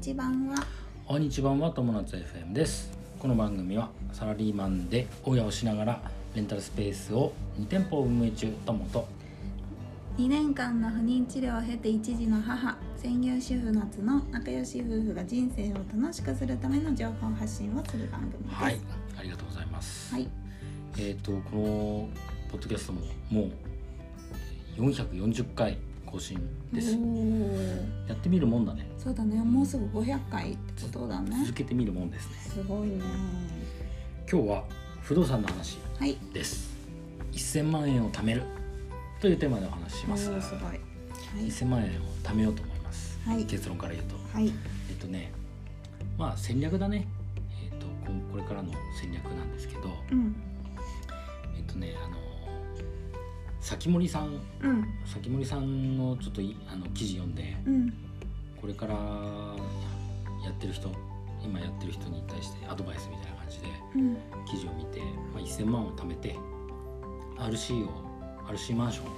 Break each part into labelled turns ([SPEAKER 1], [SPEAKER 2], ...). [SPEAKER 1] ち版は
[SPEAKER 2] こんにちは友達 FM ですこの番組はサラリーマンで親をしながらレンタルスペースを2店舗運営中友と
[SPEAKER 1] 2年間の不妊治療を経て一児の母専業主婦夏の仲良し夫婦が人生を楽しくするための情報発信をする番組です
[SPEAKER 2] はいありがとうございます、
[SPEAKER 1] はい
[SPEAKER 2] えっ、とこのポッドキャストももう440回更新です
[SPEAKER 1] おー
[SPEAKER 2] やってみるもんだね
[SPEAKER 1] そうだねもうすぐ500回ってことだね
[SPEAKER 2] 続けてみるもんですね
[SPEAKER 1] すごいね
[SPEAKER 2] 今日は不動産の話
[SPEAKER 1] はい
[SPEAKER 2] です1000万円を貯めるというテーマでお話しします
[SPEAKER 1] おーすごいはい
[SPEAKER 2] 1000万円を貯めようと思います、
[SPEAKER 1] はい
[SPEAKER 2] 結論から言うと
[SPEAKER 1] はい
[SPEAKER 2] えっとねまあ戦略だねえっとこんこれからの戦略なんですけど
[SPEAKER 1] うん
[SPEAKER 2] えっとねあの先森さん
[SPEAKER 1] うん
[SPEAKER 2] 先森さんのちょっといあの記事読んで
[SPEAKER 1] うん
[SPEAKER 2] これからやってる人今やってる人に対してアドバイスみたいな感じで
[SPEAKER 1] うん
[SPEAKER 2] 記事を見て、まあ、1000万を貯めて RC を RC マンションを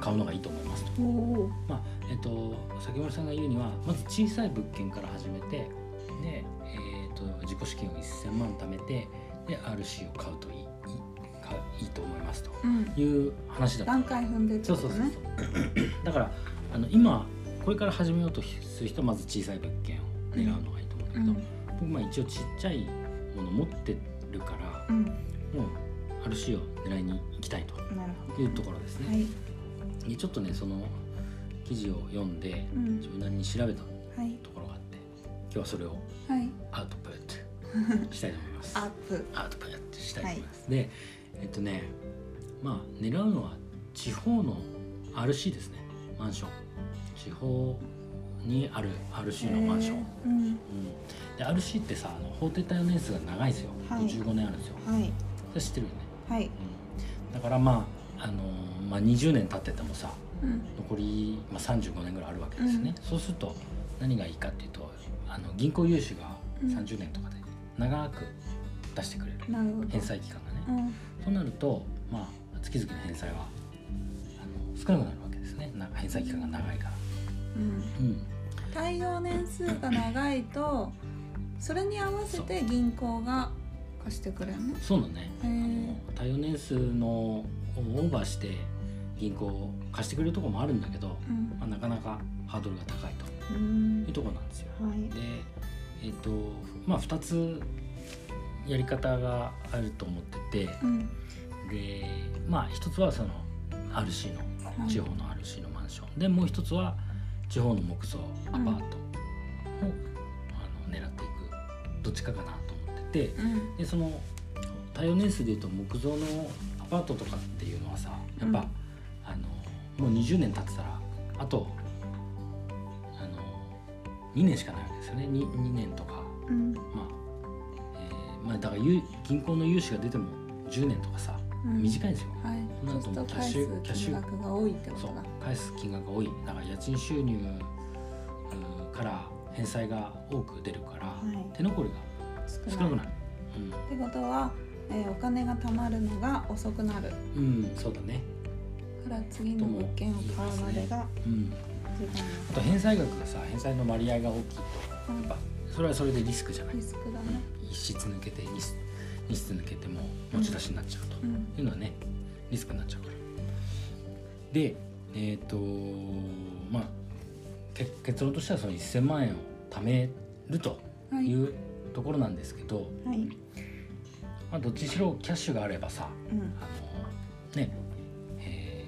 [SPEAKER 2] 買うのがいいと思いますと、
[SPEAKER 1] おお
[SPEAKER 2] まあえっと先ほどさんが言うにはまず小さい物件から始めてで、えっと自己資金を1000万貯めてで RC を買うといいいい買ういいと思いますと
[SPEAKER 1] うん
[SPEAKER 2] いう話だった
[SPEAKER 1] 段階踏んでって
[SPEAKER 2] そ
[SPEAKER 1] こ
[SPEAKER 2] う
[SPEAKER 1] と
[SPEAKER 2] そうそう
[SPEAKER 1] ね
[SPEAKER 2] そうだからあの今これから始めようとする人はまず小さい物件を狙うのがいいと思うん
[SPEAKER 1] う
[SPEAKER 2] だけど、
[SPEAKER 1] ん
[SPEAKER 2] 僕まあ一応ちっちゃいもの持ってるから、
[SPEAKER 1] うん
[SPEAKER 2] もう RC を狙いに行きたいと
[SPEAKER 1] なるほ
[SPEAKER 2] いうところです
[SPEAKER 1] ど
[SPEAKER 2] ね、
[SPEAKER 1] はい
[SPEAKER 2] でちょっとねその記事を読んで
[SPEAKER 1] うん
[SPEAKER 2] 自分なりに調べた
[SPEAKER 1] はい
[SPEAKER 2] ところがあって今日はそれを
[SPEAKER 1] はい
[SPEAKER 2] アウトプットしたいと思います
[SPEAKER 1] アップ
[SPEAKER 2] アウトプットしたいと思います、でえっとねまあ狙うのは地方の RC ですねマンション地方にある RC のマンション、
[SPEAKER 1] えーうん
[SPEAKER 2] うん、で RC ってさあの法定耐用年数が長いですよ、
[SPEAKER 1] はい
[SPEAKER 2] 15年あるんですよ
[SPEAKER 1] はい
[SPEAKER 2] それ知ってるよね
[SPEAKER 1] はい
[SPEAKER 2] うんだからまあ、あのーまあ、20年経っててもさ
[SPEAKER 1] うん
[SPEAKER 2] 残り、まあ、35年ぐらいあるわけですよね、そうすると何がいいかっていうとあの銀行融資が
[SPEAKER 1] うん
[SPEAKER 2] 30年とかで長く出してくれる、
[SPEAKER 1] なるほど
[SPEAKER 2] 返済期間がね、
[SPEAKER 1] うん
[SPEAKER 2] となると、まあ、月々の返済はあの少なくなるわけですねな返済期間が長いから。
[SPEAKER 1] うん
[SPEAKER 2] うん
[SPEAKER 1] 対応年数が長いとそれに合わせて銀行が貸してくれるね
[SPEAKER 2] そうだね、
[SPEAKER 1] へ
[SPEAKER 2] あ
[SPEAKER 1] ー
[SPEAKER 2] の貸与年数のをオーバーして銀行を貸してくれるところもあるんだけど、
[SPEAKER 1] うん
[SPEAKER 2] まあ、なかなかハードルが高いと
[SPEAKER 1] うん
[SPEAKER 2] いうところなんですよ。
[SPEAKER 1] はい
[SPEAKER 2] でえっ、とまあ2つやり方があると思ってて
[SPEAKER 1] うん
[SPEAKER 2] でまあ1つはその RC
[SPEAKER 1] は
[SPEAKER 2] の
[SPEAKER 1] い
[SPEAKER 2] 地方の RC のマンションでもう1つは地方の木造アパートを、あの狙っていくどっちかかなと思ってて
[SPEAKER 1] うん
[SPEAKER 2] でその耐用年数でいうと木造のアパートとかっていうのはさやっぱ、
[SPEAKER 1] うん
[SPEAKER 2] あのもう20年経ってたらあとあの2年しかないわけですよね 2, 2年とか
[SPEAKER 1] うん
[SPEAKER 2] まあ、えーまあだからゆ銀行の融資が出ても10年とかさ
[SPEAKER 1] うん
[SPEAKER 2] 短いんですよ、
[SPEAKER 1] はい
[SPEAKER 2] そんな
[SPEAKER 1] そ
[SPEAKER 2] の
[SPEAKER 1] うすると
[SPEAKER 2] キャッ
[SPEAKER 1] 返
[SPEAKER 2] シ
[SPEAKER 1] す
[SPEAKER 2] ュキャッシ
[SPEAKER 1] 金
[SPEAKER 2] ュ
[SPEAKER 1] 額が多いってこ
[SPEAKER 2] そ
[SPEAKER 1] と
[SPEAKER 2] う
[SPEAKER 1] だ
[SPEAKER 2] 返す金額が多いだから家賃収入うんから返済が多く出るから、
[SPEAKER 1] はい
[SPEAKER 2] 手残りが少なくな
[SPEAKER 1] っ
[SPEAKER 2] る、
[SPEAKER 1] てことは、えーお金が貯まるのが遅くなるか
[SPEAKER 2] うん、うん、そうだね、
[SPEAKER 1] ら次の物件を買うまでが
[SPEAKER 2] うん、
[SPEAKER 1] 時間
[SPEAKER 2] あと返済額がさ返済の割合が大きいとやっ
[SPEAKER 1] が
[SPEAKER 2] ぱそれはそれでリスクじゃない、
[SPEAKER 1] リスクだね
[SPEAKER 2] 一室抜けて二室二室抜けても持ち出しになっちゃうと、
[SPEAKER 1] うん
[SPEAKER 2] いうのはねリスクになっちゃうからでえっ、とまあけ結論としてはその1,000万円を貯めると
[SPEAKER 1] はいいう
[SPEAKER 2] ところなんですけど、
[SPEAKER 1] はい
[SPEAKER 2] まあ、どっちにしろキャッシュがあればさ
[SPEAKER 1] うん
[SPEAKER 2] あのねえ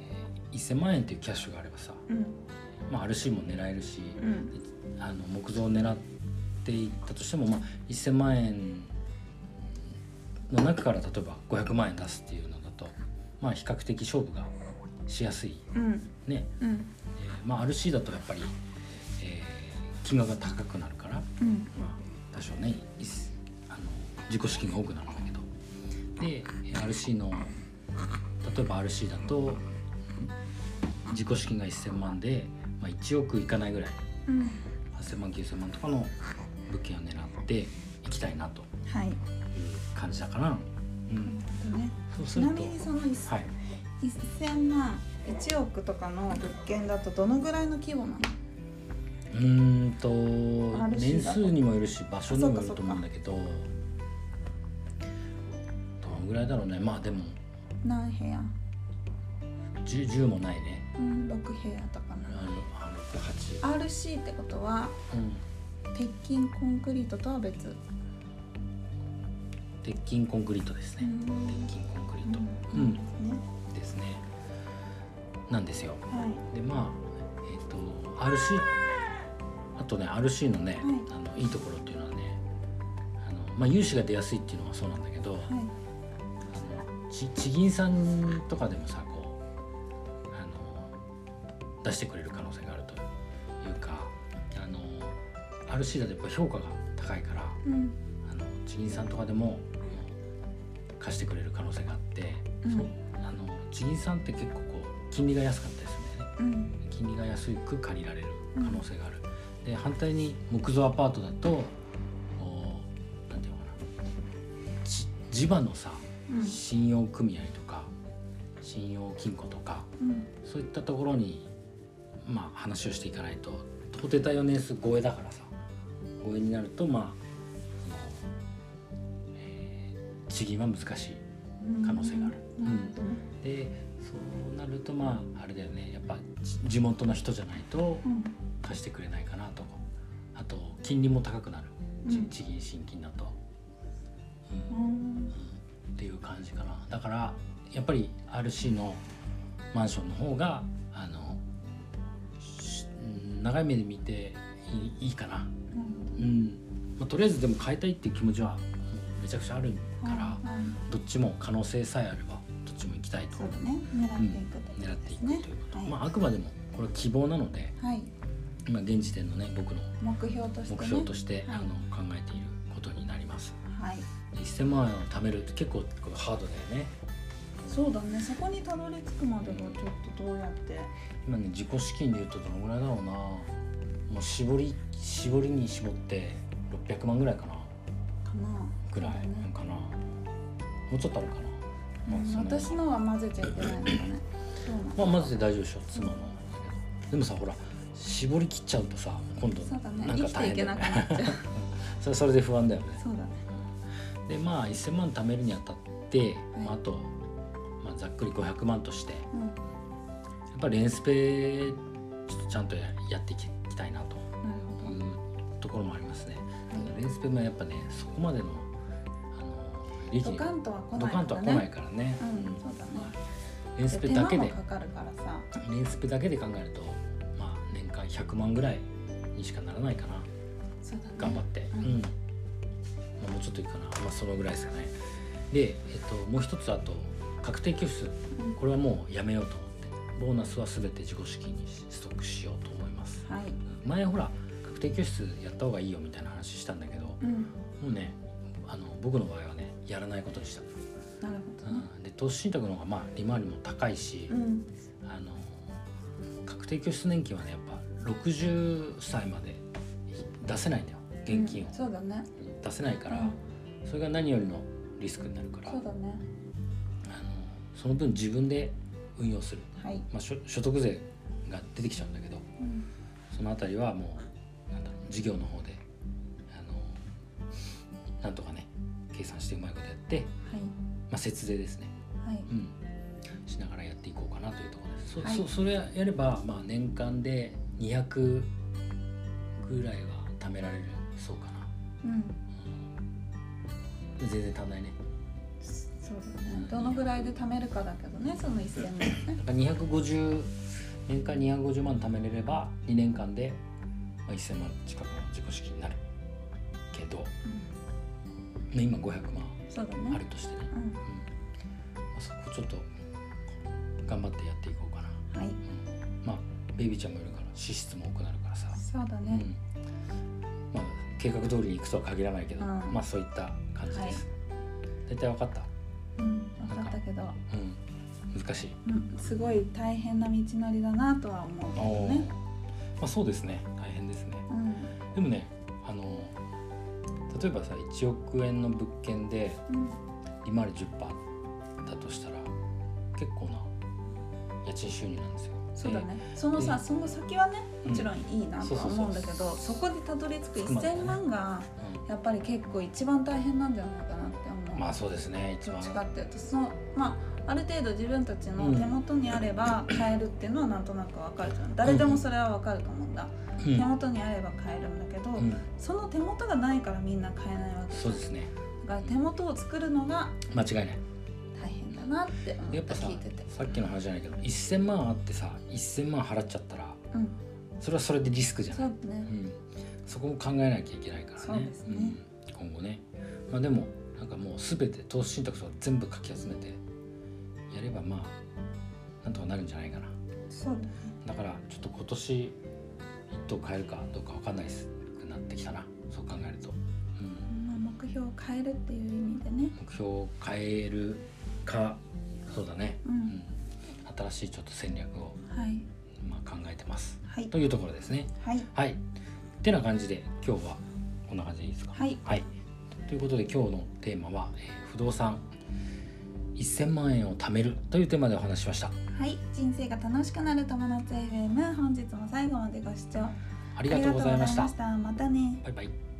[SPEAKER 2] ー、1,000万円っていうキャッシュがあればさ、
[SPEAKER 1] うん
[SPEAKER 2] まあ、RC も狙えるし、
[SPEAKER 1] うん
[SPEAKER 2] あの木造を狙っていったとしても、まあ、1,000万円の中から例えば500万円出すっていうのだと、まあ、比較的勝負がしやすい、
[SPEAKER 1] うん
[SPEAKER 2] ね
[SPEAKER 1] うん
[SPEAKER 2] えーまあ、RC だとやっぱり、えー金額が高くなるから、
[SPEAKER 1] うん
[SPEAKER 2] まあ、多少ねいっあの自己資金が多くなるんだけどでえー RC の例えば RC だと自己資金が1,000万で、まあ、1億いかないぐらい。
[SPEAKER 1] うん
[SPEAKER 2] 8,000万9,000万とかの物件を狙っていきたいなとい
[SPEAKER 1] はい。
[SPEAKER 2] う感じだから、うん、
[SPEAKER 1] ね、
[SPEAKER 2] そうす
[SPEAKER 1] ち
[SPEAKER 2] る
[SPEAKER 1] な
[SPEAKER 2] と
[SPEAKER 1] みにその一
[SPEAKER 2] はい
[SPEAKER 1] 一千万、一億とかの物件だとどのぐらいの規模なの？
[SPEAKER 2] ううーんと
[SPEAKER 1] RC
[SPEAKER 2] 年数にもよるし場所にもよると思うんだけどどのぐらいだろうねまあでも
[SPEAKER 1] 何部屋
[SPEAKER 2] 10, 10もないね
[SPEAKER 1] うん6部屋とか
[SPEAKER 2] あ
[SPEAKER 1] な
[SPEAKER 2] のあの8
[SPEAKER 1] RC ってことは
[SPEAKER 2] うん
[SPEAKER 1] 鉄筋コンクリートとは別
[SPEAKER 2] 鉄筋コンクリートですね
[SPEAKER 1] うん
[SPEAKER 2] 鉄筋コンクリート
[SPEAKER 1] う
[SPEAKER 2] うんん、
[SPEAKER 1] ね
[SPEAKER 2] ですねなんですよ
[SPEAKER 1] はい
[SPEAKER 2] でまあえっ、と RC あとね RC のね、い、あのいいところっていうのはねあの、まあ、融資が出やすいっていうのはそうなんだけど、
[SPEAKER 1] はい
[SPEAKER 2] あのち地銀さんとかでもさこうあの出してくれる可能性があるというかあの RC だとやっぱ評価が高いから
[SPEAKER 1] うん
[SPEAKER 2] あの地銀さんとかでも貸してくれる可能性があって、
[SPEAKER 1] うん
[SPEAKER 2] そうあの地銀さんって結構こう金利が安かったりするんだよね。
[SPEAKER 1] うん
[SPEAKER 2] 金利が安く借りられる可能性がある、で反対に木造アパートだとこうなんていうのかなじ地場のさ
[SPEAKER 1] うん
[SPEAKER 2] 信用組合とか信用金庫とか
[SPEAKER 1] うん
[SPEAKER 2] そういったところにまあ話をしていかないと到底対応年数超えだからさ超えになるとまあその、えー地銀は難しい
[SPEAKER 1] うん
[SPEAKER 2] 可能性がある
[SPEAKER 1] なるほどね
[SPEAKER 2] でそうなるとまああれだよねやっぱ地地元の人じゃないと
[SPEAKER 1] うん
[SPEAKER 2] 貸してくれないかなとあと金利も高くなるち
[SPEAKER 1] うん
[SPEAKER 2] 地銀新金だと、うん
[SPEAKER 1] うん
[SPEAKER 2] うんっていう感じかなだからやっぱり RC のマンションの方があのしうん長い目で見ていいいいかな、
[SPEAKER 1] なるほど
[SPEAKER 2] うんまあ、とりあえずでも買いたいっていう気持ちはもうめちゃくちゃあるから、
[SPEAKER 1] はいはい
[SPEAKER 2] どっちも可能性さえあればどっちも行きたいと
[SPEAKER 1] そうだね狙っていくって
[SPEAKER 2] 狙っていく
[SPEAKER 1] ね
[SPEAKER 2] ということ、
[SPEAKER 1] はい
[SPEAKER 2] まあ、あくまでもこれは希望なので
[SPEAKER 1] はい
[SPEAKER 2] 今現時点のね僕の
[SPEAKER 1] 目標としてね
[SPEAKER 2] 目標として、
[SPEAKER 1] はい
[SPEAKER 2] あの考えていることになります
[SPEAKER 1] はい
[SPEAKER 2] 1000万円を貯めるって結構これハードだよね
[SPEAKER 1] そうだねそこにたどり着くまではちょっとどうやって
[SPEAKER 2] 今ね自己資金でいうとどのぐらいだろうなもう絞り絞りに絞って600万ぐらいかな
[SPEAKER 1] かな
[SPEAKER 2] ぐらい
[SPEAKER 1] そうだね
[SPEAKER 2] かなもうちょっとあるかな、まあ
[SPEAKER 1] うん
[SPEAKER 2] その
[SPEAKER 1] 私のは混ぜちゃいけないのかねどうなの
[SPEAKER 2] まあマジで大丈夫でしょ妻のだけどでもさほら絞り切っちゃうとさ今度
[SPEAKER 1] そうだね
[SPEAKER 2] なん
[SPEAKER 1] 生
[SPEAKER 2] か
[SPEAKER 1] きて
[SPEAKER 2] 大
[SPEAKER 1] いけ
[SPEAKER 2] 変だ
[SPEAKER 1] な
[SPEAKER 2] よ
[SPEAKER 1] く
[SPEAKER 2] ね
[SPEAKER 1] なっちゃう
[SPEAKER 2] それそれで不安だよね
[SPEAKER 1] そうだね
[SPEAKER 2] でまあ1000万貯めるにあたって、
[SPEAKER 1] はい
[SPEAKER 2] まあ、あと、まあ、ざっくり500万として
[SPEAKER 1] うん
[SPEAKER 2] やっぱりレンスペちょっとちゃんとややっていきたいなと
[SPEAKER 1] なるほど
[SPEAKER 2] いうところもありますね。だからレンスペもやっぱねそこまでのあの利益
[SPEAKER 1] ド
[SPEAKER 2] に
[SPEAKER 1] カンとは来ない
[SPEAKER 2] ドカンとは来ない
[SPEAKER 1] か
[SPEAKER 2] からね。
[SPEAKER 1] うん
[SPEAKER 2] ん
[SPEAKER 1] そうだね
[SPEAKER 2] まあレンスペ
[SPEAKER 1] 手間
[SPEAKER 2] だけ
[SPEAKER 1] も
[SPEAKER 2] で
[SPEAKER 1] かかるからさ
[SPEAKER 2] レンスペだけで考えるとまあ年間100万ぐらいにしかならないかな
[SPEAKER 1] そうだね
[SPEAKER 2] 頑張って。
[SPEAKER 1] う
[SPEAKER 2] うんん。まあ、もうちょっといいかな。まあそのぐらいですかね。でえっともう一つあと確定拠出
[SPEAKER 1] うん
[SPEAKER 2] これはもうやめようと思ってボーナスは全て自己資金にストックしようと思います
[SPEAKER 1] はい
[SPEAKER 2] 前ほら確定拠出やった方がいいよみたいな話したんだけども
[SPEAKER 1] うん
[SPEAKER 2] うねあの僕の場合はねやらないことにした、
[SPEAKER 1] なるほどね
[SPEAKER 2] うん、で投資信託の方がまあ利回りも高いし、
[SPEAKER 1] うん
[SPEAKER 2] あの確定拠出年金はねやっぱ60歳まで出せないんだよ現金を
[SPEAKER 1] うんそうだね
[SPEAKER 2] 出せないから、
[SPEAKER 1] うん
[SPEAKER 2] それが何よりのリスクになるから
[SPEAKER 1] そうだね
[SPEAKER 2] あのその分自分で運用する
[SPEAKER 1] はい
[SPEAKER 2] まあ、所所得税が出てきちゃうんだけど
[SPEAKER 1] うん
[SPEAKER 2] そのあたりはもうなんだろう事業の方であのなんとかね計算してうまいことやって、
[SPEAKER 1] は
[SPEAKER 2] まあ、節税ですね、
[SPEAKER 1] いはい
[SPEAKER 2] うん、しながらやっていこうかなというところです。そ,、
[SPEAKER 1] はい
[SPEAKER 2] そそれやれば、まあ、年間で200ぐらいは貯められるそうかな、
[SPEAKER 1] うん
[SPEAKER 2] うん、全然足んないね
[SPEAKER 1] そうだねどのぐらいで貯めるかだけどねその1000万ね
[SPEAKER 2] だから250年間250万貯めれれば2年間でまあ1000万近くの自己資金になるけど、
[SPEAKER 1] う
[SPEAKER 2] ね、今500万
[SPEAKER 1] んそうだ
[SPEAKER 2] ある
[SPEAKER 1] ね
[SPEAKER 2] としてね、
[SPEAKER 1] うん
[SPEAKER 2] うんまあ、そこちょっと頑張ってやっていこうかな、
[SPEAKER 1] はい
[SPEAKER 2] うん、まあベイビーちゃんもいるから支出も多くなるからさ、
[SPEAKER 1] そうだ
[SPEAKER 2] う
[SPEAKER 1] ね
[SPEAKER 2] んまあ、計画通りにいくとは限らないけど、
[SPEAKER 1] うん
[SPEAKER 2] まあそういった感じです、大体分かった、
[SPEAKER 1] うん分かったけど
[SPEAKER 2] うん、難しい
[SPEAKER 1] うんすごい大変な道のりだなとは思うけ
[SPEAKER 2] お
[SPEAKER 1] ど
[SPEAKER 2] おー、
[SPEAKER 1] ね
[SPEAKER 2] まあ、そうですね大変ですね
[SPEAKER 1] うん
[SPEAKER 2] でもねあの例えばさ1億円の物件で
[SPEAKER 1] うん
[SPEAKER 2] 利回り10%だとしたら結構な家賃収入なんですよ
[SPEAKER 1] そうだねそのさ
[SPEAKER 2] で
[SPEAKER 1] その先はね
[SPEAKER 2] うん
[SPEAKER 1] もちろんいいなとは思うんだけ
[SPEAKER 2] そう
[SPEAKER 1] ど
[SPEAKER 2] そうそ
[SPEAKER 1] そうこでたどり着く
[SPEAKER 2] そこまでだね
[SPEAKER 1] 1,000万がやっぱり結構一番大変なんじゃないかなって思
[SPEAKER 2] うん
[SPEAKER 1] う。
[SPEAKER 2] まあそうですね一
[SPEAKER 1] どっ
[SPEAKER 2] 番
[SPEAKER 1] ちかっていうとそのまあある程度自分たちの手元にあれば買えるっていうのはなんとなくわかるじゃん誰でもそれはわかると思うんだ、
[SPEAKER 2] う
[SPEAKER 1] 手
[SPEAKER 2] ん
[SPEAKER 1] 元にあれば買えるんだけど、
[SPEAKER 2] うん
[SPEAKER 1] その手元がないからみんな買えないわけ
[SPEAKER 2] そうですね
[SPEAKER 1] だから手元を作るのが
[SPEAKER 2] 間違いない
[SPEAKER 1] 大変だなって思
[SPEAKER 2] やっ
[SPEAKER 1] った
[SPEAKER 2] ぱさ
[SPEAKER 1] 聞いてて
[SPEAKER 2] さっきの話じゃないけど1000万あってさ1000万払っちゃったら
[SPEAKER 1] うん
[SPEAKER 2] それはそれでリスクじゃ
[SPEAKER 1] そ
[SPEAKER 2] ないう
[SPEAKER 1] だね
[SPEAKER 2] うん、そこも考えなきゃいけないからね
[SPEAKER 1] そうですね
[SPEAKER 2] うん今後ね、まあ、でもなんかもう全て投資信託とか全部かき集めてやればまあなんとかなるんじゃないかな
[SPEAKER 1] そうだね
[SPEAKER 2] だからちょっと今年一等買えるかどうかわかんないですくなってきたなそう考えると、うん、
[SPEAKER 1] まあ目標を変えるっていう意味でね
[SPEAKER 2] 目標を変えるかそうだね、
[SPEAKER 1] うん
[SPEAKER 2] うん新しいちょっと戦略を、
[SPEAKER 1] はい
[SPEAKER 2] まあ、考えてます
[SPEAKER 1] はい
[SPEAKER 2] というところですね
[SPEAKER 1] はい
[SPEAKER 2] はい。ってな感じで今日はこんな感じでいいですか。
[SPEAKER 1] はい
[SPEAKER 2] ということで今日のテーマは、えー不動産1000万円を貯めるというテーマでお話ししました。
[SPEAKER 1] はい人生が楽しくなる友達 FM 本日も最後までご視聴あ
[SPEAKER 2] ありがとうございました。
[SPEAKER 1] りがとうございましたまたね
[SPEAKER 2] バイバイ。